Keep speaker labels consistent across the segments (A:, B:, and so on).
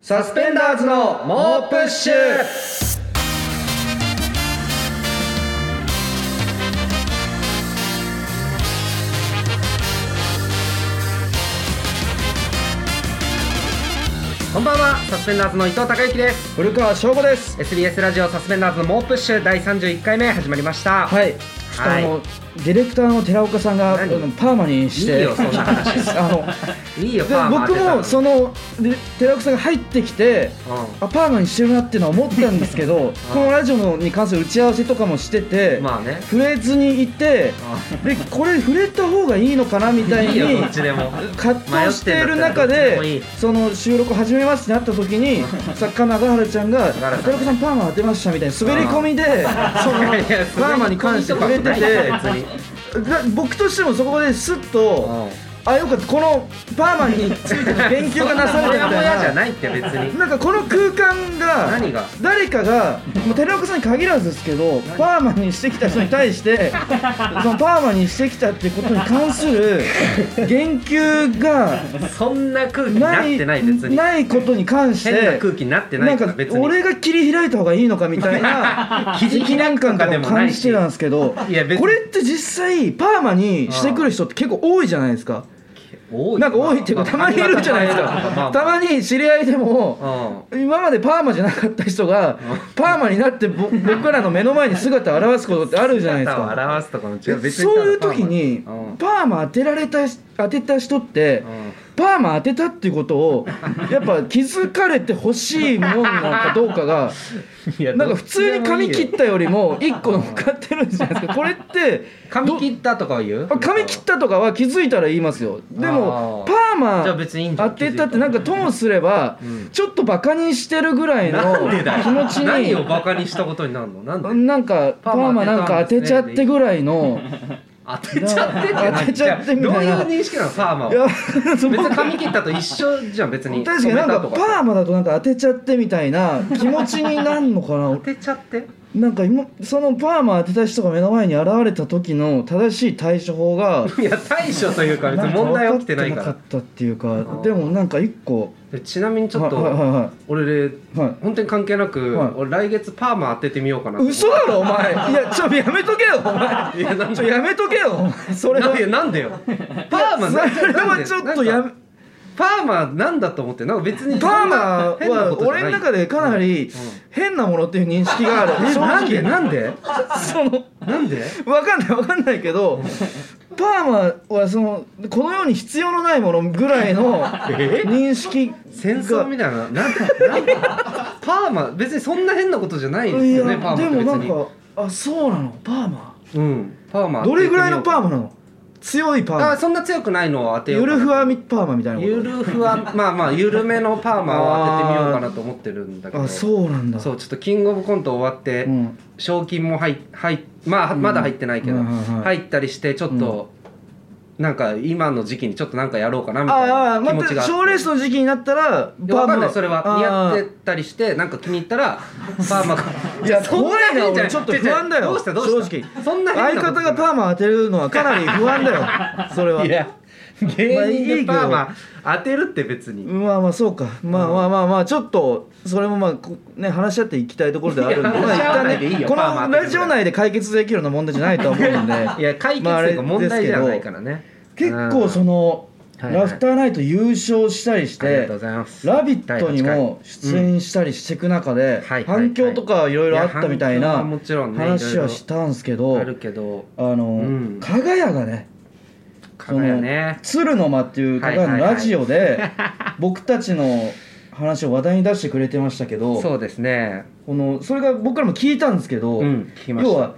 A: サスペンダーズの猛プッシュ
B: こんばんは、サスペンダーズの伊藤孝之です。
A: 古川翔吾です
B: SBS ラジオサスペンダーズの猛プッシュ第31回目始まりました。
A: はいちょっとあの、ディレクターの寺岡さんがあ
B: 何
A: のパーマにして
B: いいよそんな話
A: あの
B: いいよ、
A: で
B: パーマ
A: 僕
B: 当てたの
A: もそので寺岡さんが入ってきてあパーマにしてるなっていうのは思ったんですけど このラジオのに関する打ち合わせとかもしてて、
B: うん、まあね。
A: 触れずにい てでこれ触れた方がいいのかなみた い
B: いい
A: に
B: よ、どっちでも。
A: 葛藤している中
B: 迷ってんだったらどっちでもい
A: で
B: い
A: その収録始めますってなった時に作家の永原ちゃんが「
B: 永原さん
A: 田中さんパーマ当てました」 みたいな滑り込みでその
B: い やいや
A: パーマに関して触れてて
B: 別に
A: だ僕としてもそこですっと「あよかったこのパーマについての研究がなされ
B: も
A: て」み
B: やも
A: た
B: やじゃ
A: いな。
B: ないって別に。
A: なんかこの空間が
B: 何が
A: 誰かがもう寺岡さんに限らずですけどパーマにしてきた人に対 してそのパーマにしてきたってことに関す る言及が
B: そんな空気にな
A: な
B: っ
A: い
B: てない別に。
A: ないことに関して
B: 変な空気になってないから
A: んか
B: 別に。
A: 俺が切り開いた方がいいのかみたい な
B: 切り開くとかでもな
A: 感
B: いし
A: じてたんですけど
B: いや別に
A: これって実際パーマにしてくる人って結構多いじゃないですか
B: 多
A: なんか多いっていうかたまにいるじゃないですかたまに知り合いでも
B: うん。
A: 今までパーマじゃなかった人がパーマになってぼ僕らの目の前に姿を現すことってあるじゃないです
B: 姿を
A: か
B: 表すとかの違う。別に
A: そういう時に
B: ただパーマうん
A: パーマ当てられた当てた人って
B: うん
A: パーマ当てたっていうことをやっぱ気づかれてほしいもんなのかどうかが
B: いや
A: なんか普通に髪切ったよりも一個
B: うん
A: 乗っかってるんじゃないですかこれって
B: 髪切ったとかは言う
A: あ髪切ったとかは気づいたら言いますよでも
B: あ
A: パー
B: じゃあ
A: マ
B: 別にいいんだ
A: 当てたってなんかともすれば
B: うん
A: ちょっとバカにしてるぐらいの
B: なんでだよ
A: 気持ち
B: 何を
A: に
B: バカにしたことになるのなんで
A: なんかパーマなんか当てちゃってぐらいの
B: 当てちゃってって
A: 当てちゃってみたいな
B: どういう認識なのパーマ
A: いや
B: は別に髪切ったと一緒じゃん別に
A: 確かになんか
B: 染めたと
A: パーマだとなんか当てちゃってみたいな気持ちになんのかな
B: 当てちゃって
A: なんか今そのパーマ当てた人が目の前に現れた時の正しい対処法が
B: いや対処というか別に問題起きてないか
A: んか分
B: ら
A: かってなかったっていうか
B: ー
A: でもなんか一個
B: でちなみにちょっ
A: はいは
B: と
A: いは
B: 俺
A: いはい
B: 本当に関係な
A: はい
B: く俺来月パーマ当ててみようかなと思って
A: 嘘だろお前いやちょっとやめとけよお前
B: いやなん
A: ちょ
B: で
A: やめとけよお前それ
B: な
A: は
B: んでなんでよパーマなんで
A: それはちょっとや
B: なん
A: め
B: かパーマなんだと思ってなんか別に
A: パーマ
B: 変なこ
A: は
B: とじゃない
A: 俺の中でかなり変なものっていう認識がある
B: え
A: 正
B: なんで
A: 直
B: なんで
A: その
B: なんで
A: わかんないわかんないけ どパーマはそのこの世に必要のないものぐらいの
B: え
A: 認識が
B: 戦争みたいななんなんパーマ別にそんな変なことじゃないです
A: い
B: よ
A: や
B: ねパーマって
A: でも
B: 別
A: なん
B: に
A: かあそうなのパーマ
B: うんパーマ
A: どれぐらいのパー
B: マ
A: マなの強いパー
B: あ
A: マ
B: そんな強くないのを当てよ
A: ゆ
B: うかな
A: るふわみパーマみたいな
B: ゆ
A: こ
B: るふわまあまあ緩めのパーマを当ててみようかなと思ってるんだけ
A: と
B: ど
A: あそうなんだ
B: そうちょっとキングオブコント終わって、
A: うん
B: 賞金も入っ入っまあまだ入ってないけど、
A: うんはいはい
B: 入ったりしてちょっと、なんか今の時期にちょっとなんかやろうかなみたい
A: ああ
B: な
A: 待
B: 気持
A: っ
B: ち
A: て
B: があって
A: 賞レースの時期になったら
B: い
A: パ
B: や
A: ー
B: わかんな
A: マ
B: いそれは似合ってたりしてなんか気に入った らパーマが
A: いや
B: そん
A: 怖いな
B: 変じゃ
A: 俺ちょっと不安だよ
B: 違う違うどうしたどうした
A: 正
B: そんな変
A: 相
B: なこと
A: 方がパーマ当てるのはかなり不安だよそれはい
B: や芸人でパーマ当てるって別に
A: まあまあそうかまあまあまあまあちょっとそれもまあこね話し合っていきたいところではあるんで
B: いや
A: まあ
B: 話し合わないでいいよ
A: こ
B: パーマ
A: の
B: 当てる
A: ラジオ内で解決できるような問題じゃないとは思うん で
B: いや解決というか問題じゃないからね
A: 結構そ
B: の
A: の、
B: はいはい
A: ラフターナイト優勝したりし
B: ありが
A: て
B: とう
A: 「
B: ございます
A: ラビット!」に
B: 第八回
A: も出演したりしていく中で、
B: はいはい
A: 反響とかいろいろあったみたい
B: や
A: な
B: 反響はもちろんね
A: 話はし
B: い
A: たんですけ
B: ろい
A: ど
B: ろあるけど
A: あの、
B: うん
A: 加賀谷がね
B: かがやね
A: 鶴の間っていう加賀谷のラジオ で僕たちの話を話題に出してくれてましたけど
B: そうですね
A: このそれが僕らも聞いたんですけど、
B: うん聞きました
A: 要は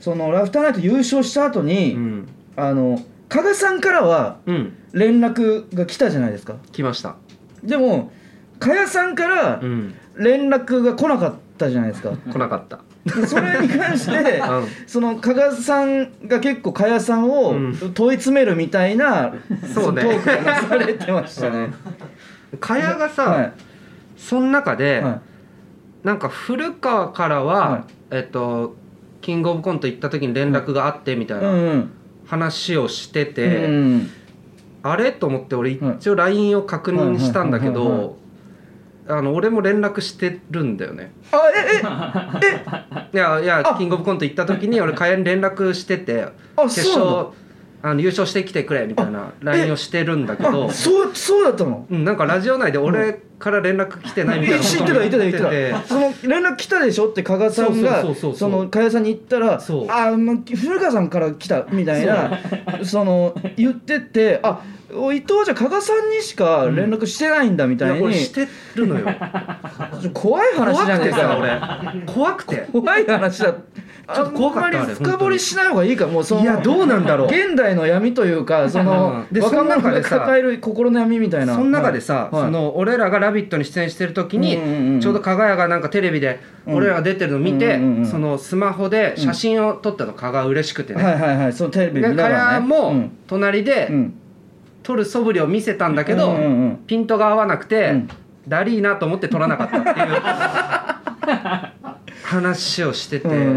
A: そのラフターナイト優勝した後に、
B: うん
A: あの加賀さんからは
B: うん
A: 連絡が来たじゃないですか
B: 来ました
A: でも加谷さんから
B: うん
A: 連絡が来なかったじゃないですか、
B: 来なかった
A: でそれに関 して、
B: うん
A: その加賀さんが結構加谷さんを
B: うん
A: 問い詰めるみたいな、
B: そうね
A: トークがなされてましたね
B: かやがさ、
A: は
B: その中で、
A: い、は
B: なんか古川からは、
A: はい
B: えっとキングオブコント行った時に連絡があってみ
A: い、
B: たいうなん
A: うん、
B: 話をしてて、
A: うん
B: あれと思って俺一応 LINE を確認したんだけ
A: はいはいはい
B: どあの俺も連絡してるんだよね
A: あえええ
B: いやいや
A: あ
B: キングオブコント行った時に俺会員連絡してて
A: あ
B: 決
A: そうなんだ
B: 勝あの優勝してきてくれみたいな LINE をしてるんだけど
A: あそうそうだったの
B: うん、なんかラジオ内で俺から連絡来てないみたい
A: え
B: な
A: 知ってた言ってた言って
B: 言
A: たその連絡来たでしょって加賀さんが
B: そうそうそうそう
A: その加谷さんに言ったら「あ
B: そう
A: ーまあ古川さんから来た」みたいなその言っててあお伊藤じゃ加賀さんにしか連絡してないんだみたい
B: いや
A: に、
B: 俺してるのよ
A: 怖い話
B: 怖
A: じゃない
B: くて
A: ですか
B: さ俺怖くて
A: 怖い話 だち
B: ょっと怖かった
A: あん
B: あ
A: まり
B: れ
A: 深掘りしない方がいいかもうその
B: いやどうなんだろう
A: 現代の闇というかその
B: うんで
A: 若者
B: その中
A: が
B: でさ
A: 抱える心の闇みたいな
B: その中でさ、
A: はい
B: その俺らが「ラビット!」に出演してる時に、
A: うんうんうん
B: ちょうど加賀谷がなんかテレビで
A: うん
B: 俺らが出てるの見て、
A: うんうんうん
B: そのスマホで写真を撮ったの加賀嬉しくて
A: はい
B: ね、
A: はいはいそのテレビ見
B: で
A: な
B: 加
A: がら
B: 賀
A: ね
B: も隣で
A: うん
B: 撮る素振りを見せたんだけど、
A: うんうんうん
B: ピントが合わなくて、
A: うん
B: ダリーなと思って撮らなかったっていう 話をしてて、
A: うんうんう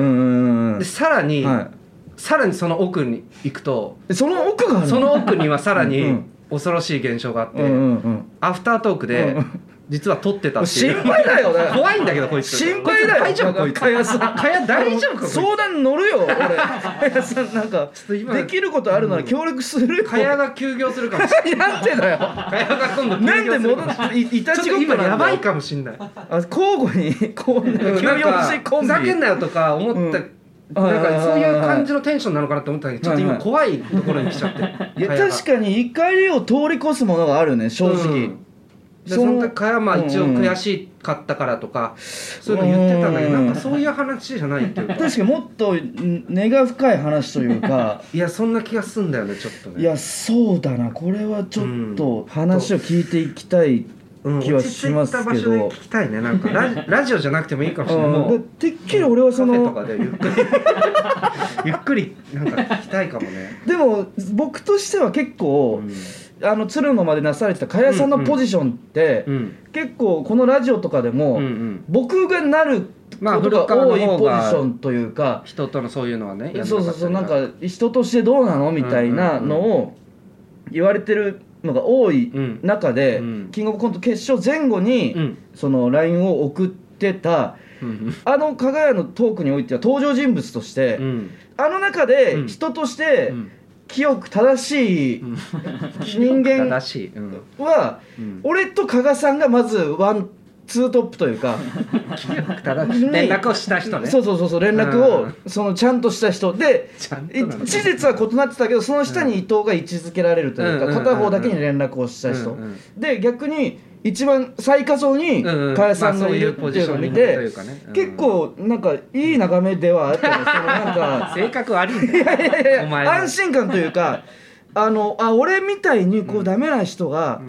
A: んうん
B: でさらに、
A: は
B: さらにその奥に行くと
A: いその奥がある
B: その奥にはさら
A: うんう
B: に
A: ん
B: 恐ろしい現象があって、
A: うんうん
B: アフタートークで
A: う
B: 実は撮ってた
A: うん
B: ってい
A: 心
B: う。
A: 配だよだから
B: 怖いんだけどこいつ
A: 心配だよ
B: 大丈夫こいつ
A: 加谷さん
B: かや大丈夫かこいつ
A: 相談乗 るよ俺加谷さんなんか
B: ょっと今
A: できることあるなら協力するよ
B: かやが休業するかもしれ
A: なんでだ よ
B: ないかやが今
A: な
B: 度
A: ん
B: 休業
A: です
B: るか
A: 戻
B: もしれ
A: っていいた
B: ない
A: ち
B: ちょっ
A: ご
B: と
A: っこ
B: 今やばい
A: か
B: かもしれない
A: 交互にこう
B: うん
A: 休
B: なん
A: 養
B: か
A: しコ
B: ふ
A: ン
B: ざけん
A: ビ
B: なよとか思った
A: うん
B: なんかそういう感じのテンションなのかなと思ったんだけどちょっと
A: は
B: 今
A: いはい
B: 怖いところに来ちゃって
A: いや確
B: か
A: かに怒りを通り越すものがあるね正直
B: でその時かやまあ
A: うんうん
B: 一応悔しかったからとかそういうの言ってたんだけどなんかそういう話じゃないっていうか
A: 確かにもっとん根が深い話というか
B: いやそんな気がすんだよねちょっとね
A: いやそうだなこれはちょっ
B: う
A: と
B: ん
A: 話を聞いていきたい
B: うん
A: 気はしますけど
B: 落ち着いた場所で聞きたいねなんか ラジラジオじゃなくてもいいかもしれないも
A: うん
B: う
A: でてっきり俺はそ
B: カフェとか
A: の
B: でゆっくりゆっくり なんか聞きたいかもね、
A: でも僕としては結構あの鶴の間でなされてた加谷さんのポジションって
B: うんうん
A: 結構このラジオとかで
B: うんう
A: も
B: ん
A: 僕がなる
B: まあ
A: こと
B: 古
A: が
B: 川の
A: 多いポ
B: 方
A: ジシ
B: が
A: ョンというか
B: 人とのそういうのはねやんなかった
A: そ
B: り
A: うそうそうなんか人としてどうなのみたいなのを言われてるのが多い
B: うん
A: 中で
B: うん
A: 「キングオブコント」決勝前後
B: う
A: に
B: ん
A: その LINE を送ってた
B: うん
A: あの加賀屋のトークにおいては登場人物として
B: うん
A: あの中
B: う
A: で
B: ん
A: 人とし
B: う
A: て
B: ん
A: 清く正しい
B: うん
A: 人間
B: 正しい、うん
A: は
B: うん、
A: 俺と加賀さんがまずワンツートップというか。
B: 正しい連絡をした人ね
A: そうそうそうそう連絡を
B: うん
A: そのちゃんとした人で
B: ちゃんとなんだ
A: い事実は異なってたけどその下に伊藤が位置づけられるという
B: うん
A: か
B: うんうんうん
A: 片方だけに連絡をした人
B: うんうん
A: で逆に一番最下層に
B: うんうん
A: 加谷さん
B: ま
A: が
B: あそう
A: い
B: いう
A: るって
B: ポ
A: い
B: ジ
A: う
B: シ
A: のを
B: ョニン
A: 見
B: グとい
A: て
B: うかねうん
A: 結構なんかいい眺めではあったねそのなんか
B: 性格悪いんだよ
A: いやい や
B: お
A: い
B: 前
A: や
B: の
A: 安心感という かあのあ俺みたいにこうダメな人が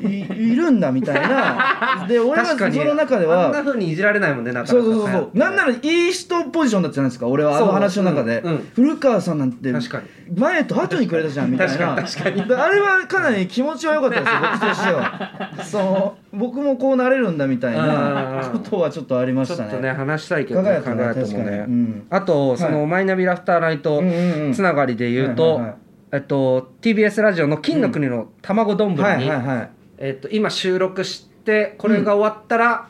A: い,、いるんだみたい なで俺はそ
B: 確かに
A: の中では
B: あんな風にいじられないもんねなかな
A: そう
B: か
A: そうそうそうなんならいい人ポジションだったじゃないですか俺はあ
B: そ
A: の
B: う
A: 話の中で、
B: うんうん
A: 古川さんなんて
B: 確かに
A: 前と後にくれたじゃんみたいな
B: 確かに確か
A: であれはかなり気持ちは良かったですよ僕として はその僕もこうなれるんだみたいな
B: う
A: こ
B: ん
A: とはちょっとありま
B: ちょ
A: し
B: った
A: ね
B: とね話したいけど
A: 加賀
B: ね
A: 谷とね
B: 加賀
A: 確かに、
B: 谷ともね
A: うん
B: あとその、
A: はい
B: マイナビラフターナイト
A: うんうんうん
B: つながりで言うと、
A: はいはいはい
B: えっと TBS ラジオの金の国の卵丼に、
A: はいはいはい
B: えっと今収録してこれが終わったら、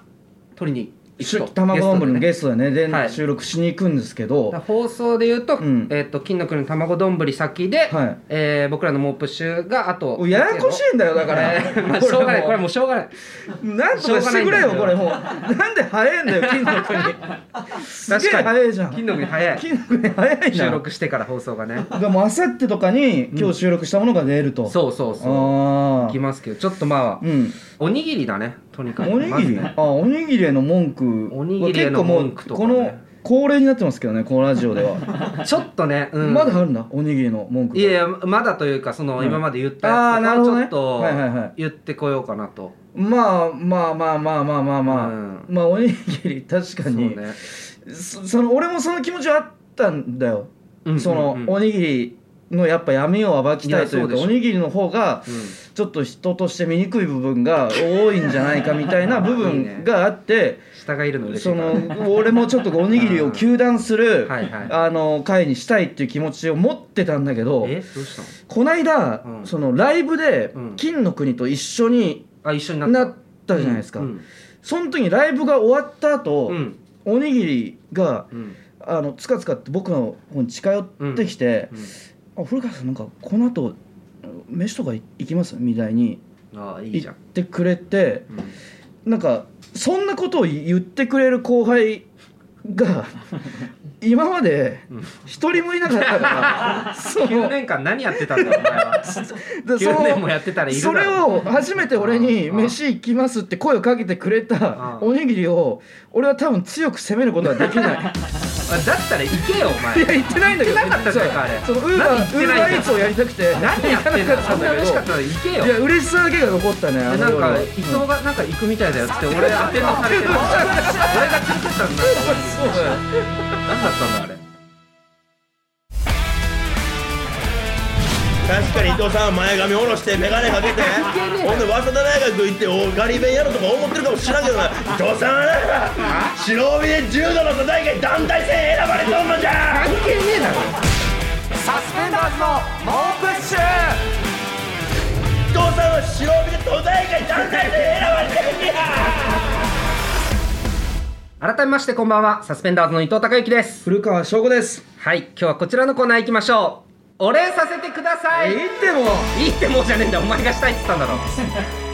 B: 取りに行くと
A: 卵丼ぶりの
B: ゲス
A: ゲストでねで、
B: はい
A: 収録しに行くんですけど
B: トでね放送で言うと、
A: うん
B: えっと金の国の卵丼先で、
A: はい
B: えー僕らのモープッシュがあと
A: おややこしいんだよだから、
B: えー まあしょうがないこれもうしょ うがない
A: なんとかしてくれよ
B: しょう
A: こ
B: がな
A: れ
B: いんだ
A: もうなんで早いんだよ金 の国すげえ早いじゃん
B: 金の国早い
A: 金の国早いな
B: 収録してから放送がね
A: がもうあさってとかに今日収録したものが出ると、
B: そうそうそう
A: あ
B: 行き
A: あ
B: ますけどちょっとまあ、
A: うん
B: おにぎりだねとにかく
A: おにぎり、
B: まずね
A: あおにぎりへの文句
B: おにぎりへの文句とかね
A: 結構もうこの恒例になってますけどねこのラジオでは、
B: ちょっとね、うん、
A: まだあるんだおにぎりの文句が
B: いやいやまだというかその
A: うん
B: 今まで言った
A: あ
B: や
A: ー
B: つ
A: なる
B: と
A: ほど
B: かをち
A: ね
B: ょっと
A: はいはいはい
B: 言ってこようかなと
A: まあまあまあまあまあまあまあ、
B: うん
A: まあおにぎり確か
B: そう
A: に
B: ね
A: そその俺もその気持ちはあったんだよ、
B: うん
A: その、
B: うんうん
A: おにぎりのやっぱ闇を暴きたいという
B: いやそう
A: か
B: でしょ
A: おにぎりの方が
B: う
A: ちょっと人として醜い部分が多いんじゃないかみたいな部
B: いいね
A: 分があって
B: ん下がいるの嬉しい
A: そ
B: から
A: の俺もちょっとおにぎりを糾弾する、
B: はいはい
A: あの会にしたいっていう気持ちを持ってたんだけど
B: えどうしたの
A: こないだ、
B: うん
A: そのライブで
B: うん
A: 金の国と一緒に
B: あ一緒になった
A: なっったじゃないですか、
B: うん
A: その時にライブが終わった後、
B: うん
A: おにぎりが
B: うん
A: あのつかつかって僕の方に近寄ってきて「あ古川さんなんかこの後飯とか行きます?」みたいに
B: うんああいいじ
A: 言
B: ゃ
A: っ
B: ん、
A: てくれて
B: うん
A: なんかそんなことを言ってくれる後輩 が今まで
B: うん
A: 一人もいなかったから その
B: 9年間何やってたんだお前は
A: で その
B: 9年もやってたらいるだ
A: そ
B: ろ
A: れを初めて俺に「
B: うんうん
A: 飯行きます」って声をかけてくれた
B: うん
A: おにぎりを俺は多分強く責めることはできない。
B: あだったら行けよお
A: い
B: 前
A: や言ってないんだけど
B: 言ってなかったじゃんかあれ
A: そのウーバ
B: 何言っ
A: ーウー
B: て
A: バ
B: ないんだ
A: ーイーツをやりたくて
B: 何やってんだそんな嬉しかったら行けよ
A: いや嬉しさだけが残ったねあの
B: でなん
A: 夜は
B: か伊藤がなんか行くみたいだよっつって俺当てのされてる俺が聞いてたんだ
A: そうだよ
B: 何だったんだあれ
C: 確かに伊藤さんは前髪下ろして眼鏡かけてほんで早稲田大学行っておガリ弁やろとか思ってるかもしれんけどな伊藤さんはな白帯で柔道の世界団体戦選ばれとんのじゃ関係ねえだろサスペンダーズの猛プッシュ伊藤さんは白帯で都大会団体戦選ばれてるんじゃ
B: 改めましてこんばんはサスペンダーズの伊藤孝之です
A: 古川翔吾です
B: はい今日はこちらのコーナー行きましょうお礼させてください
A: 言っても
B: いいってもうじゃねえんだお前がしたいって言ったんだろ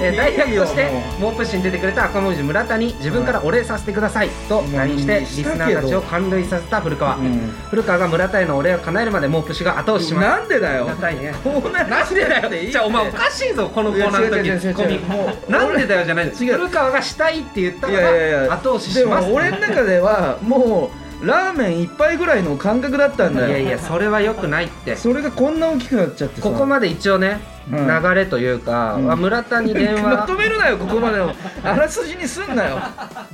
B: えー大学として
A: いいよ
B: モープッシュに出てくれた赤文字村田に自分からお礼させてくださいと LINE して
A: うん
B: リ
A: し
B: ス
A: たけど
B: ナーたちを感涙させた古川、
A: うん
B: 古川が村田へのお礼を叶えるまでモープッシュが後押しします
A: なんでだよ
B: 村田にね
A: こうな
B: なんでだよ
A: いい
B: じゃあお前おかしいぞこのコーナーの
A: いや違う違う違う違
B: 時
A: う
B: ツッコミ
A: もう
B: なんでだよじゃないの
A: 違う
B: 古川がしたいって言った
A: いやいやい
B: ら
A: や
B: 後押しします
A: でも俺の中ではもうラーメン一杯ぐらいの感覚だったん
B: い
A: だよ
B: やいやそれは良くないって
A: それがこんな大きくなっちゃってさ
B: ここまで一応ね、
A: うん
B: 流れというか、
A: うん
B: 村田に電
A: ま
B: 話
A: とめるなよここまでのあらすじにすんなよ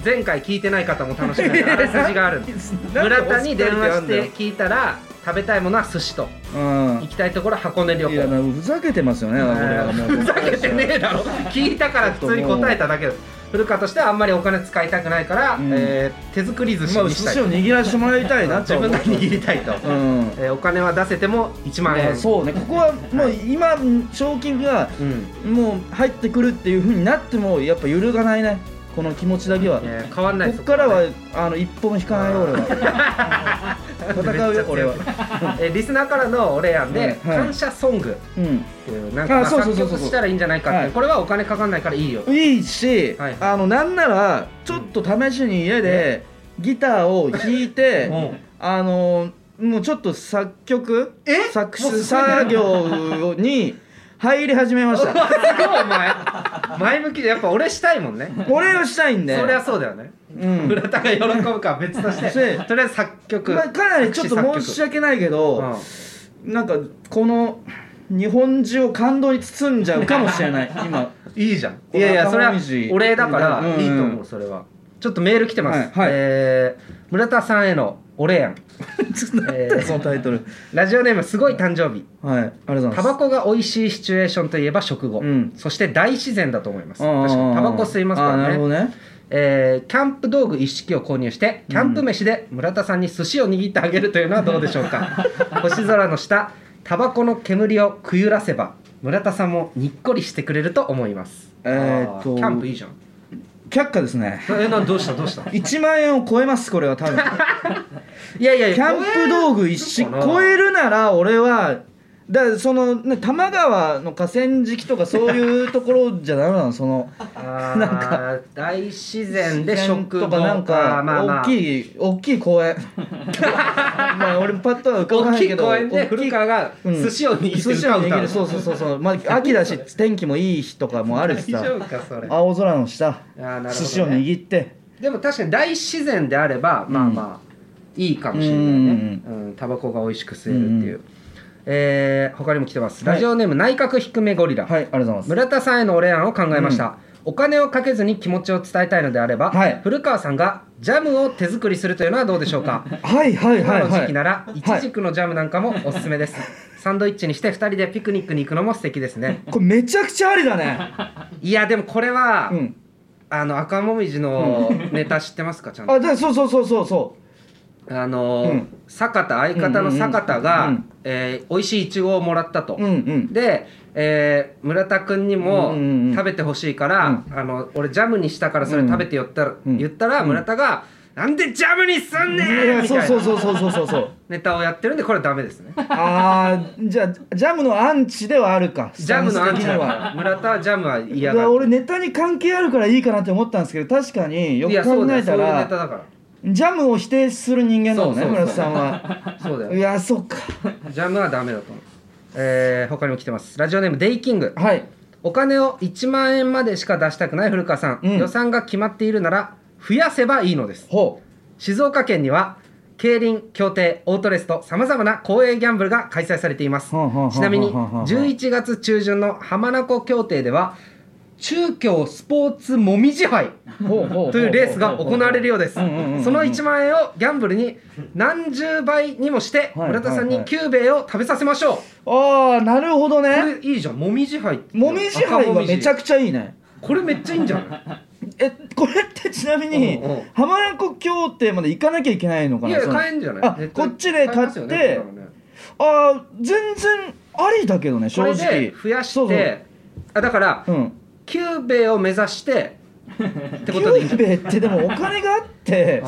B: 前回聞いてない方も楽しめるあらすじがあるんで 村田に電話して聞いたら食べたいものは寿司と
A: うん
B: 行きたいところは箱根旅
A: いや
B: 行
A: ふざけてますよね俺はもう
B: ふざけてねえだろ聞いたから普通に答えただけだ古川としてはあんまりお金使いたくないから、
A: うん
B: えー手作り寿
A: ま
B: 司
A: あ
B: に
A: 寿
B: したい、
A: 司を握らせてもらいたいなと
B: 自
A: は思
B: 分
A: う
B: が握りたいと、
A: うん
B: えーお金は出せても1万
A: まあ
B: 円
A: そうねここはもう今賞金が
B: うん
A: もう入ってくるっていう風になってもやっぱ揺るがないねこの気持ちだけは、
B: えー変わんない
A: こっからはあの一歩も引かないよ俺は 戦うよ俺は
B: えーリスナーからのお礼案で、
A: はい
B: 感謝ソング
A: うん
B: っていうなんか
A: あそうそう
B: 作
A: そうそう
B: 曲したらいいんじゃないかって、
A: はい
B: これはお金かかんないからいいよ
A: いいし、
B: はい
A: あのなんならちょっと試しに家でギターを弾いて、
B: うん
A: あのもうちょっと作曲
B: え
A: 作
B: もう
A: 詞
B: すごいね
A: 作業に入り始めまし
B: うわ
A: た
B: すごいお前前向きでやっぱ俺したいもんね
A: 俺をしたいんで
B: そりゃそうだよね
A: うん
B: 村田が喜ぶかは別と して
A: せ
B: とりあえず作曲、
A: まあ、かなりちょっと申し
B: 訳
A: 訳ないけど、なんかこの日本中を感動に包んじゃうかもしれ ない今
B: いいじゃんいやいやそれはお礼だから
A: うんうん
B: いいと思うそれはちょっとメール来てます、
A: はいはい
B: えー村田さんへのお礼案えー
A: そのタイトル
B: ラジオネームすごい誕生日
A: はいありがとうございます
B: タバコが美味しいシチュエーションといえば食後、
A: うん
B: そして大自然だと思います
A: うんうんうん
B: 確かにタバコ吸いますか
A: あーな
B: ら
A: るほ
B: ね
A: どね
B: えーキャンプ道具一式を購入してキャンプ飯で村田さんに寿司を握ってあげるというのはどうでしょ うか星空の下タバコの煙をくゆらせば村田さんもにっこりしてくれると思います
A: えーっと
B: あキャンプいいじゃん
A: 却下ですね
B: えなどうしたどうした
A: 1万円を超えますこれは多分
B: いやいやいや
A: キャンプ道具一式
B: これ
A: 超えるなら俺はだからその、ね、多摩川の河川敷とかそういうところじゃダメなのその
B: なんか大自然で食
A: とかなん
B: ま
A: か
B: あまあまあ
A: 大きい大きい公 園まあ俺もパッとは浮かば
B: 大
A: な
B: き
A: い
B: い
A: けど
B: 公園で古川が
A: うん
B: 寿司を握って
A: 寿司
B: 歌
A: を
B: う
A: 握
B: 歌
A: るそうそうそうそうまあ秋だし 天気もいい日とかもあるし
B: 大
A: さ
B: 丈夫かそれ
A: 青空の下
B: あーなるほどね
A: 寿司を握って
B: でも確かに大自然であればまあまあいいかもしれないねうんタバコが美味しく吸えるっていう
A: う
B: えー他にも来てます
A: はい
B: ラジオネーム内角低めゴリラ
A: はいありがとうございます
B: 村田さんへのお礼案を考えました、お金をかけずに気持ちを伝えたいのであれば、
A: はい
B: 古川さんがジャムを手作りするというのはどうでしょうか
A: はいはいはい
B: 今の時
A: はい
B: 期ならイチジクのジャムなんかもおすすめです、サンドイッチにして2人でピクニックに行くのも素敵ですね
A: これめちゃくちゃありだ ね
B: いやでもこれは、
A: うん
B: あの赤もみじのネタ知ってますかちゃんと
A: あでそうそうそうそうそ
B: あのー
A: うん
B: 坂田相方の坂田
A: うん
B: が、
A: うんうん
B: えー美味しいイチゴをもらったと、
A: ううんうん
B: で、ええー村田君に
A: う
B: も
A: んうんうん
B: 食べてほしいから、あの俺ジャムにしたからそれ食べてよったら、
A: うん
B: 言ったら村田が「なんでジャムにすんね
A: い
B: ん!」
A: や
B: み
A: そう
B: たい
A: そう
B: な
A: そうそうそうそうそう
B: ネタをやってるんでこれはダメで すね
A: あーじゃあジャムのアンチではあるか
B: ジャムのアンチ
A: スタンス的に
B: だか
A: は
B: ら村田はジャムは嫌
A: い
B: が
A: や
B: る
A: 俺ネタに関係あるからいいかなって思ったんですけど確かによ
B: い
A: く
B: やそう
A: 考
B: だ
A: え
B: よそ
A: た
B: ういうネタ
A: ら
B: だか
A: ジャムを否定する人間なのね
B: そうそうそう
A: 村田さんは
B: らそうだ
A: い
B: よ
A: やそっか
B: ジャムはダメだと思うえー、他にも来てますラジオネームデイキング
A: はい
B: お金を1万円までしか出したくない古川さん、
A: うん
B: 予算が決まっているなら増やせばいいのです
A: ほ
B: 静岡県には競輪競艇オートレースとさまざまな公営ギャンブルが開催されています
A: はあはあはあはあ
B: ちなみに11月中旬の浜名湖協定では中京スポーツもみじ杯
A: うほうほ
B: というレースが行われるようですそ
A: うんうんうんうん
B: の1万円をギャンブルに何十倍にもして
A: はい
B: 村田さん
A: はいは
B: に
A: い
B: キューベイを食べさせましょう
A: ああなるほど
B: こ
A: ね
B: れいいじゃんもみじ杯って
A: もみじ杯はめちゃくちゃいいね
B: これめっちゃいいんじゃない
A: えこれってちなみに
B: うんうん
A: 浜名湖協定まで行かなきゃいけないのか
B: い
A: な
B: や
A: その
B: 買えんじゃない
A: あ
B: ネット
A: こっちで買って
B: 買えますよねこんなのね
A: あー全然ありだけどね
B: こ
A: 正
B: れ
A: 直
B: で増やして
A: そうそう
B: あだから
A: うん
B: キューベイを目指してってことでいい
A: キューベってでもお金があっ て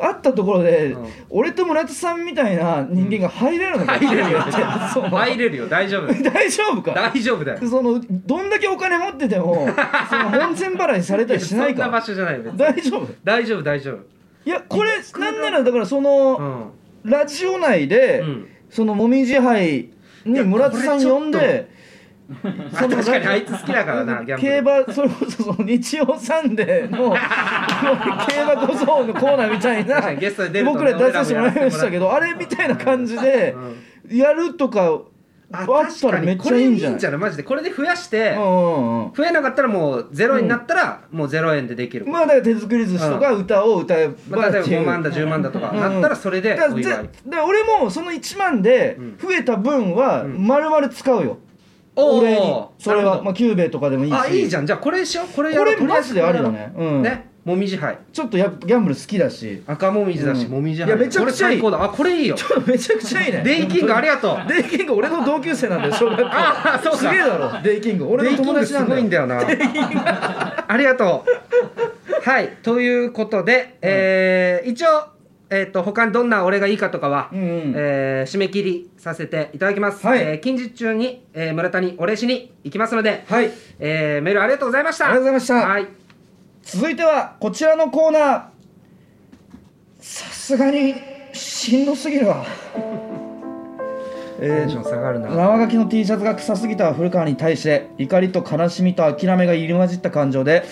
A: あったところで、
B: うん
A: 俺と村田さんみたいな人間が入れるのか、キューベってそう
B: 入れるよ大丈夫
A: 大丈夫か
B: 大丈夫だよ
A: そのどんだけお金持ってて もその本銭払いされたりしない
B: そんな場
A: か
B: 所じゃないよ別に
A: 大丈夫
B: 大丈夫大丈
A: いやこれ
B: 僕
A: な
B: が
A: んならだからその、
B: 夫
A: ラジオ内で、
B: うんうん
A: そのもみじ杯に村田さん呼ん
B: いやこれ
A: で
B: あ確かにあいつ好きだからなギャンブ
A: 競
B: ル
A: 馬それこそその日曜サンデーの 競馬小僧のコーナーみたい
B: 確か
A: な
B: にゲストで出ると
A: 僕ら出させてもらいましたけどあれみたいな感じでやるとかあ
B: あ
A: った
B: 確から
A: めっ
B: にこ
A: ちゃい
B: れい
A: い
B: い
A: ん
B: ん
A: じ
B: じ
A: ゃ
B: ゃ
A: ない
B: ないマジでこれで増やして
A: うんうんうん
B: 増えなかったらもうゼロになったらもうゼロ円でできる
A: まあだから手作り寿司とか歌を歌え
B: まあ
A: ば
B: 例えば
A: ってい
B: 5
A: う
B: 万だ10万だとかなったらそれ
A: だ
B: で
A: から
B: お
A: ぜだか
B: 祝い
A: ら俺もその1万で
B: うん
A: 増えた分は
B: うん
A: 丸々使うよ
B: おー
A: 俺にそれ
B: なるほ
A: は
B: ど
A: まあキューベとかでもいいし
B: あいいじゃんじゃあこれしようこれや
A: こ
B: ろう
A: れマジでありだねうん
B: ねもみじ杯
A: ちょっとやっぱギャンブル好きだし
B: 赤もみじだし、
A: うん
B: もみじ
A: いやめちゃくちゃいい
B: これ最高だあこれいいよ
A: ちょっとめちゃくちゃいい ね
B: デイキングありがとう
A: デイキング俺の同級生なんだよ 小学校
B: あーそうか
A: すげえだろデイキング俺の友達なんだ
B: デイキングすごいん
A: よ
B: だよなありがとうはいということで、えー一応えっ、と他にどんな俺がいいかとかは、
A: うんうん
B: えー締め切りさせていただきます、
A: はい
B: えー近日中に、えー村田にお礼しに行きますので、
A: はい
B: えーメールありがとうございました
A: ありがとうございました
B: はい
A: 続いてはこちらのコーナーさすがにしんどすぎるわ
B: テ
A: え
B: ンショ
A: ー
B: ン下がるな
A: 縄書きの T シャツが臭すぎた古川に対して怒りと悲しみと諦めが入り混じった感情で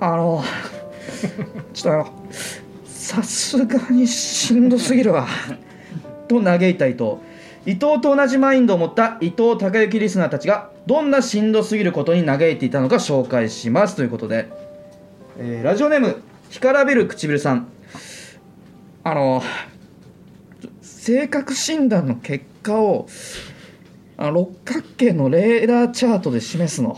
A: あのちょっとあのさすがにしんどすぎるわと嘆いた伊藤伊藤と同じマインドを持った伊藤孝之リスナーたちがどんなしんどすぎることに嘆いていたのか紹介しますということで、えーラジオネーム干からびる唇さんあの性格診断の結果をあの六角形のレーダーチャートで示すの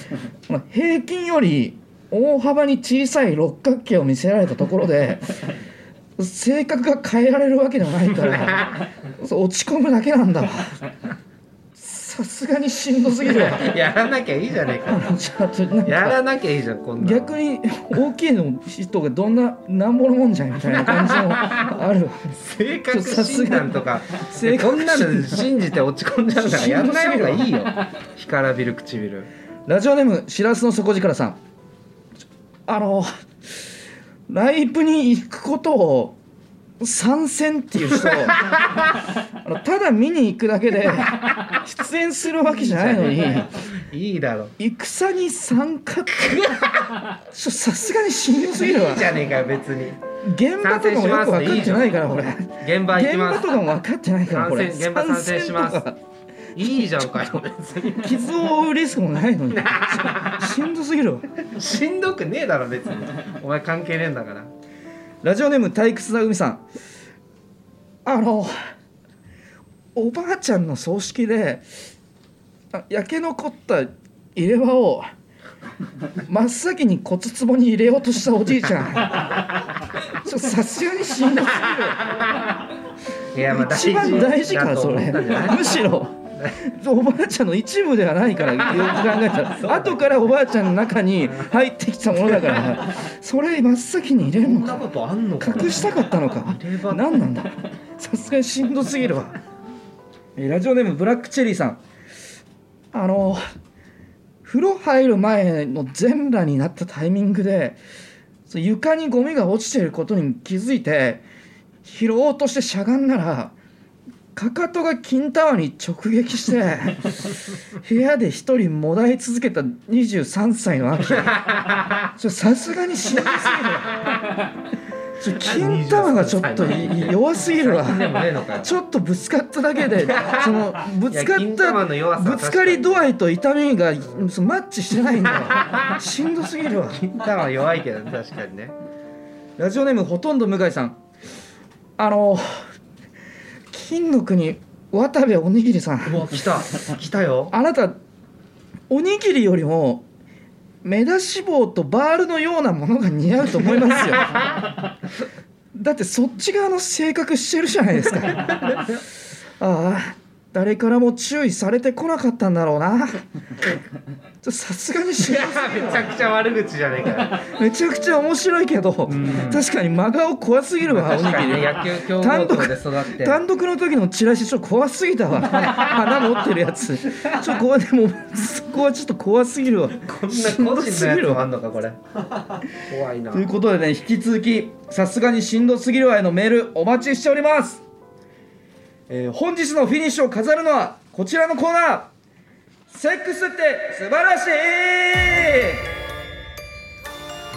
A: まあ平均より大幅に小さい六角形を見せられたところで性格が変えられるわけではないからそう落ち込むだけなんだわさすがにしんどすぎるわ
B: やらなきゃいいじゃねえか
A: ちょっとなん
B: や
A: から
B: なきゃいいじゃんこんなの
A: 逆に大きいの人がどんななんぼのもんじゃんみたいな感じもあるわ
B: 性格診断とか
A: 性
B: こ
A: 格
B: ん
A: 診
B: な
A: 断
B: の信じて落ち込んじゃうからやんない方がいいよ干からびる唇
A: ラジオネームしらすの底力さんちょあのライブに行くことを参戦っていう 人あのただ見に行くだけで出演するわけじゃないのに
B: いいだろ
A: 戦に参加ってちょさすがにしんどすぎるわ
B: いいじゃねえかよ別に
A: 現場とかもよく分かってないからこれ
B: 現場行き
A: 現場
B: ま
A: と
B: す
A: かも分かってないからこれ
B: 参戦現場参戦します
A: 参戦とか
B: いいじゃんかよ別に
A: 傷を負うリスクもない のにしんどすぎるわ
B: しんどくねえだろ別にお前関係ねえんだから
A: ラジオネーム退屈な海さんあのおばあちゃんの葬式であ焼け残った入れ歯を真っ先に骨壺に入れようとしたおじいちゃ んちょさすがにしんどすぎる
B: いやまあ
A: 一番大事か
B: だと
A: そ
B: 思
A: れ
B: ったんじゃない
A: むしろおばあちゃんの一部ではない からよく考えたら後からおばあちゃんの中に入ってきたものだからそれ真っ先に入れる
B: こん
A: の
B: な
A: か
B: ことあんのかな
A: 隠したかったのか
B: 入れ歯
A: 何なんださすがにしんどすぎるわえーラジオネームブラックチェリーさんあの風呂入る前の全裸になったタイミングでそう床にゴミが落ちていることに気づいて拾おうとしてしゃがんだらかかとが金タワーに直撃して部 屋で一人もだえ続けた23歳の秋それさすがにしんどすぎるわそれ金タワーがちょっとい弱すぎるわ
B: そんでもねえのかよ
A: ちょっとぶつかっただけでそのぶつか
B: い
A: っ
B: や銀玉
A: た
B: の弱さ
A: ぶつかり度合いと痛みがそのマッチしてないんだよしんどすぎるわ
B: 金玉は弱いけどね確かにね
A: ラジオネームほとんど向井さんあの金の国渡部おにぎりさん
B: うわ来た来たよ
A: あなたおにぎりよりも目出し帽とバールのようなものが似合うと思います よだってそっち側の性格してるじゃないですかああ誰からも注意されてこなかったんだろうなちょっとさすがに知らない
B: めちゃくちゃ悪口じゃねえかよ
A: めちゃくちゃ面白いけど確かに真顔怖すぎるわお
B: 確
A: にぎ
B: かに
A: り
B: ね野球強豪校で育って
A: 単独の時のチラシちょっと怖すぎた わ花持ってるやつちょっと怖いでもそこはちょっと怖すぎるわ
B: こんな個人のやつもあんのかこれ怖いな
A: ということでね引き続きさすがにしんどすぎるわへのメールお待ちしております、えー本日のフィニッシュを飾るのはこちらのコーナーセックスって素晴らしい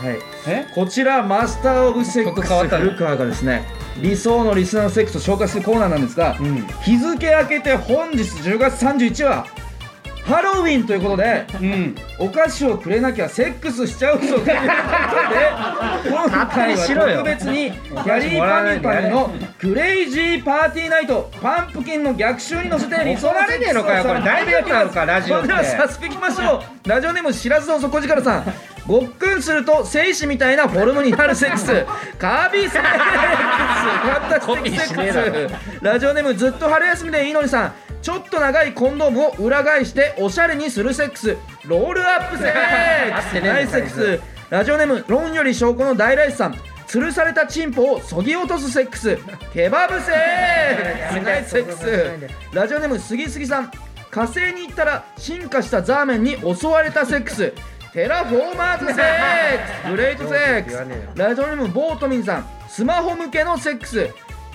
A: はい
D: え
A: こちらマスター・オブ・セック
B: 曲
A: ス
B: 変わったね
A: 古川がですね理想のリスナーのセックスを紹介するコーナーなんですが、
B: ん
A: 日付明けて本日10月31日はハロウィンということで
D: うん
A: お菓子をくれなきゃセックスしちゃうぞということで今
B: 手
A: 回
B: にしろ
A: は
B: よ
A: 特別 にキャリーパミュパミュのクレイジーパーティーナイトパンプキンの逆襲に乗せて理想
B: 怒られねえのかよこれだいぶやつなのかラジオっ
A: そ
B: て
A: れでは早速いきましょうラジオネーム知らずの底力さんごっくんすると精子みたいなフォルムになるセックスカービィセックスファンタスティックセ
B: コピーしねえ
A: ックスラジオネームずっと春休みでいいのにさんちょっと長いコンドームを裏返しておしゃれにするセックスロールアップセッ
B: 合
A: ク
B: っ
A: ス
B: てねえんだ
A: ナイスセック
B: サイ
A: スラジオネーム論より証拠の大来さん吊るされたチンポをそぎ落とすセックスケバブセックスナイスセックスラジオネームすぎすぎさん火星に行ったら進化したザーメンに襲われたセックステラフォーマーズセックスグレートセック
B: 言わねえよ
A: スラジオネームボートミンさんスマホ向けのセックス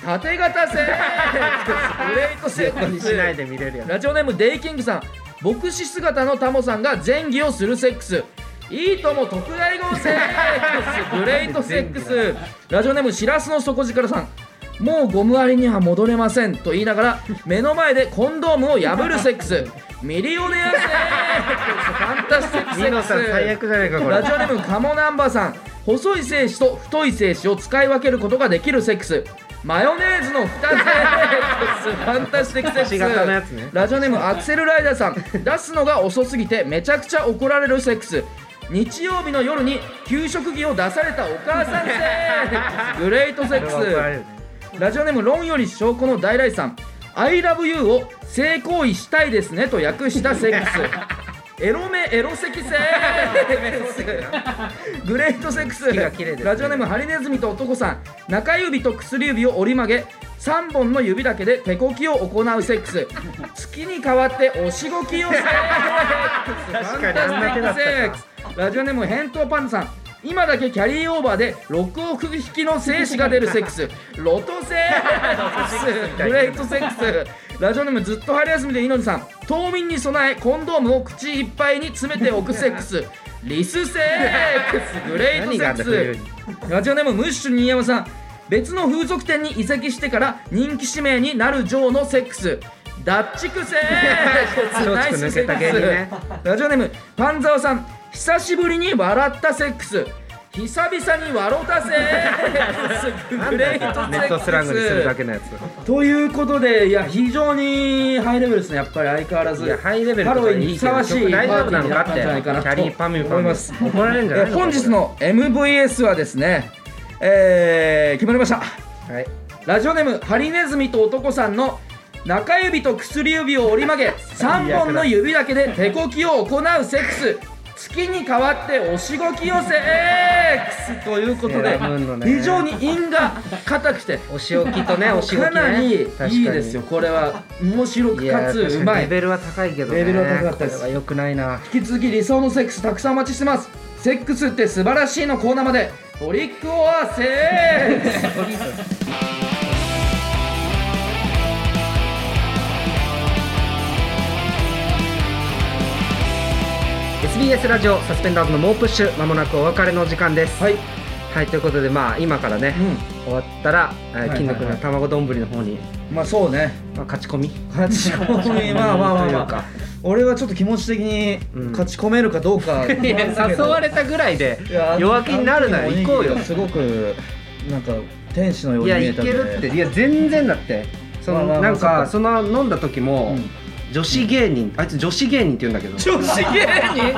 A: 縦型セックスグレートセッ
B: 横
A: ク
B: に
A: ス
B: しないで見れるよ
A: ラジオネームデイキングさん牧師姿のタモさんが前儀をするセックスいいとも特大号 セックスグレートセックスラジオネームしらすの底力さんもうゴム割りには戻れませんと言いながら目の前でコンドームを破るセック スミリオネアセックスファンタスティックセ
B: ニ
A: ッ
B: ノ
A: ク
B: さん最
A: ス
B: 悪じゃねえかこ
A: ラ
B: れ
A: ジオネームカモナンバーさん細い精子と太い精子を使い分けることができるセックスマヨネーズの2つセッ クスファンタスティックセックス
B: 星型のやつね
A: ラジオネームアクセルライダーさん出すのが遅すぎてめちゃくちゃ怒られるセックス日曜日の夜に給食費を出されたお母さんセック スグレートセッ
B: これは怒られ
A: ク
B: るね
A: スラジオネーム論より証拠の大来さん「ILOVEYOU」を性行為したいですねと訳したセック スエロめエロセキセックスグレートセックス
B: が綺麗ですね
A: ラジオネームハリネズミと男さん中指と薬指を折り曲げ3本の指だけで手こきを行うセックス月に代わっておしごきをセックスファンタスティックセッ
B: 確かにあんな手だったか
A: クスラジオネーム返答パンダさん今だけキャリーオーバーで6億匹の精子が出るセックス ロトセックスグレートセックスラジオネームずっと春休みでいのりさん冬眠に備えコンドームを口いっぱいに詰めておくセックスリスセックスグレート
B: 何
A: セ
B: が
A: ッ
B: あんだ冬
A: ク
B: に
A: スラジオネームムッシュ新山さん別の風俗店に移籍してから人気指名になる女王のセック スダッチクセックスナイスセックス
B: 松竹抜けた芸人ね
A: ラジオネームパンザワさん久しぶりに笑ったセックス久々に笑ったセ ックスグレートセックス
B: ネットスラングにするだけのやつ
A: ということでいや非常にハイレベルですねやっぱり相変わらず
B: いやハイレベル
A: ハ
B: と
A: ロウ
B: か
A: ィンに
B: いい
A: ふ
B: け
A: さ
B: ど
A: わしい
B: 大丈夫なのかっ
A: パーティーだった
B: てキ
A: んじゃないかな
B: ャ
A: と
B: リーパミュパ
A: 思い
B: ミ
A: ます
B: ュ怒られるんじゃ
A: え
B: ない
A: ー本日の MVS はですねえー決まりました
B: はい
A: ラジオネームハリネズミと男さんの
D: 中指と薬指を折り曲 げ3本の指だけで手こきを行うセックス月に代わっておしごきをセックスということ
B: セ
D: で
B: ーラームーンのね
D: 非常に韻が硬くて
B: お仕置きとねお仕置
D: か
B: きね
D: なり
B: 確かに
D: いいですよこれは面白
B: い
D: く
B: や
D: かつ
B: 確か
D: う
B: に
D: まい
B: レベルは高いけどね
A: レベルは高かったです
B: これは良くないな
D: 引き続き理想のセックスたくさんお待ちしてますセックスって素晴らしいのコーナーまでトリックオアセックス
B: はい SBS ラジオサスペンダーズの猛プッシュまもなくお別れの時間ですはい、ということでまあ今からね、終わったら、えー
A: いはい
B: 金の国の卵丼の方に、
A: まあそうね
B: まあ、勝ち込み
A: 勝ち込みまあまあまあまあ俺はちょっと気持ち的に
B: うん
A: 勝ち込めるかどうか
B: いや 誘わ
A: れ
B: れたぐらいで弱気になるなら行こうよ
A: すごくなんか天使のよう
B: い
A: に
B: や
A: 見
B: い
A: えたん
B: け
A: で
B: るっていや全然だってそ
A: ま
B: の、
A: あまあまあ
B: なん
A: そっ
B: か
A: か
B: その飲んだ時も、
A: うん
B: 女子芸人あいつ女子芸人って言うんだけど
D: 女子芸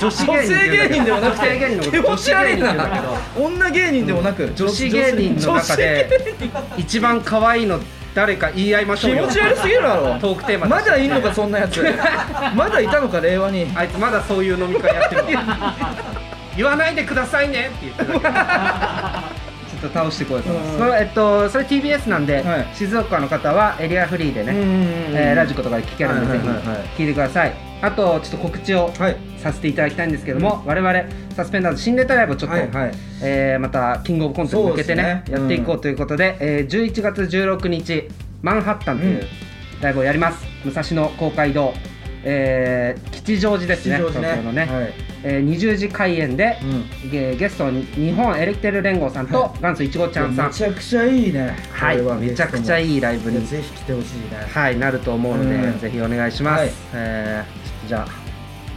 B: 女子芸人って
D: 女性芸
B: 言うんだけど
D: 人ではなくて
B: 女性芸人のこと
D: 気持ち悪いな
B: 女子芸人って言うんだけど
A: 女芸人でもなく、
B: 女子芸人の中で一番可愛いの誰か言い合いましょ
A: 気
B: うよ
A: 持ち悪すぎるだろ
B: トークテーマ
A: まだいんの
B: か
A: かそんなや つまだいたのか令和に
B: あいつまだそういう飲み会やってる わ言わないでくださいねって言ってるだけちょっと倒してこようと思います、
A: うん
B: そのえっと、それ TBS なんで、
A: はい
B: 静岡の方はエリアフリーでね、えーラジコとかで聞けるので、
A: はいはいはいはい
B: ぜひ聞いてくださいあとちょっと告知を
A: はい
B: させていただきたいんですけども、我々サスペンダーズ新ネタライブをちょっと、
A: はいはい
B: えーまたキングオブコントに向けてね
A: そうですね
B: やっていこうということで、えー11月16日マンハッタンといううんライブをやります、武蔵野公会堂、えー吉祥寺ですね
A: 吉祥寺ね
B: 東京のね、
A: はい
B: えー20時開演で、
A: う
B: ゲゲストに日本エレキテル連合さんと、元祖いちごちゃんさん
A: めちゃくちゃいいね
B: はいめちゃくちゃ
A: い
B: いいライブに
A: ぜひ来てほしいね
B: はい、なると思うので、
A: うん
B: ぜひお願いします。
A: はい
B: えーちょっとじゃあ、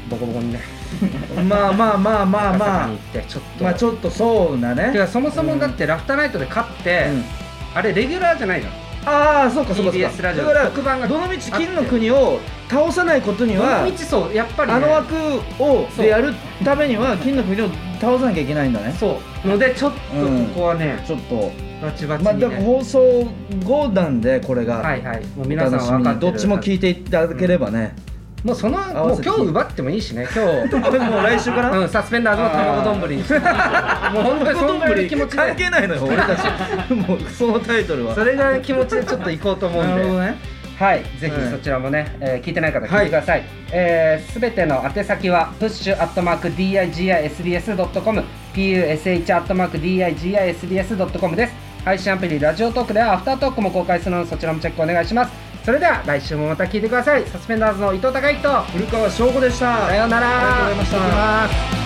B: ボコボコにね、
A: まあまあまあまあ
B: 赤
A: ま
B: 坂
A: あ
B: に行って、ちょっと。
A: まあちょっとそうだ
B: て
A: ね
B: かそもそもだってラフターナイトで勝って、
A: うん
B: あれレギュラーじゃないじゃん。
A: ああそうかそうかそうか
B: TBS ラジオ
A: だから
B: 特番が
A: どのみち金の国を倒さないことには
B: どの道そう、やっぱり、ね、
A: あの枠を
B: そう
A: でやるためには金の国を倒さなきゃいけないんだね
B: そう。ので、ちょっと
A: うん
B: ここはね、
A: ちょっと
B: バチバチ
A: まあ
B: に、
A: だ
B: ね
A: から放送後なんでこれが
B: はいはい。もう
A: お
B: 皆さん
A: 楽しみ
B: 分かっ
A: に
B: て
A: ど
B: る。
A: っちも聞いていただければね、
B: もうその、
A: 合
B: も
A: わ
B: う
A: せて
B: 今
A: 聞い
B: 日
A: て
B: 奪ってもいいしね、今日。
A: これもう来週から
B: うん、サスペンダーズの卵 丼にして。もう本当にそんぐらいの気持ち
A: 関
B: で。
A: 係ないのよ俺た ちもうそのタイトルは
B: それぐらいの気持ちでちょっと行こうと思うんで。
A: なるほどね
B: はい、ぜ
A: は
B: ひ
A: い
B: そちらもね、えー聞いてない方聞いてください。えーすべ、ての宛先は push アットマーク d i g i s b s ドットコム、p u s h アットマーク d i g i s b s ドットコムです。配信アプリラジオトークではアフタートークも公開するのでそちらもチェックお願いします。それでは来週もまた聞いてください。サスペンダーズの伊藤孝之と
A: 古川翔吾でした
B: さようなら。
A: ありがとうございました
B: 行ってきます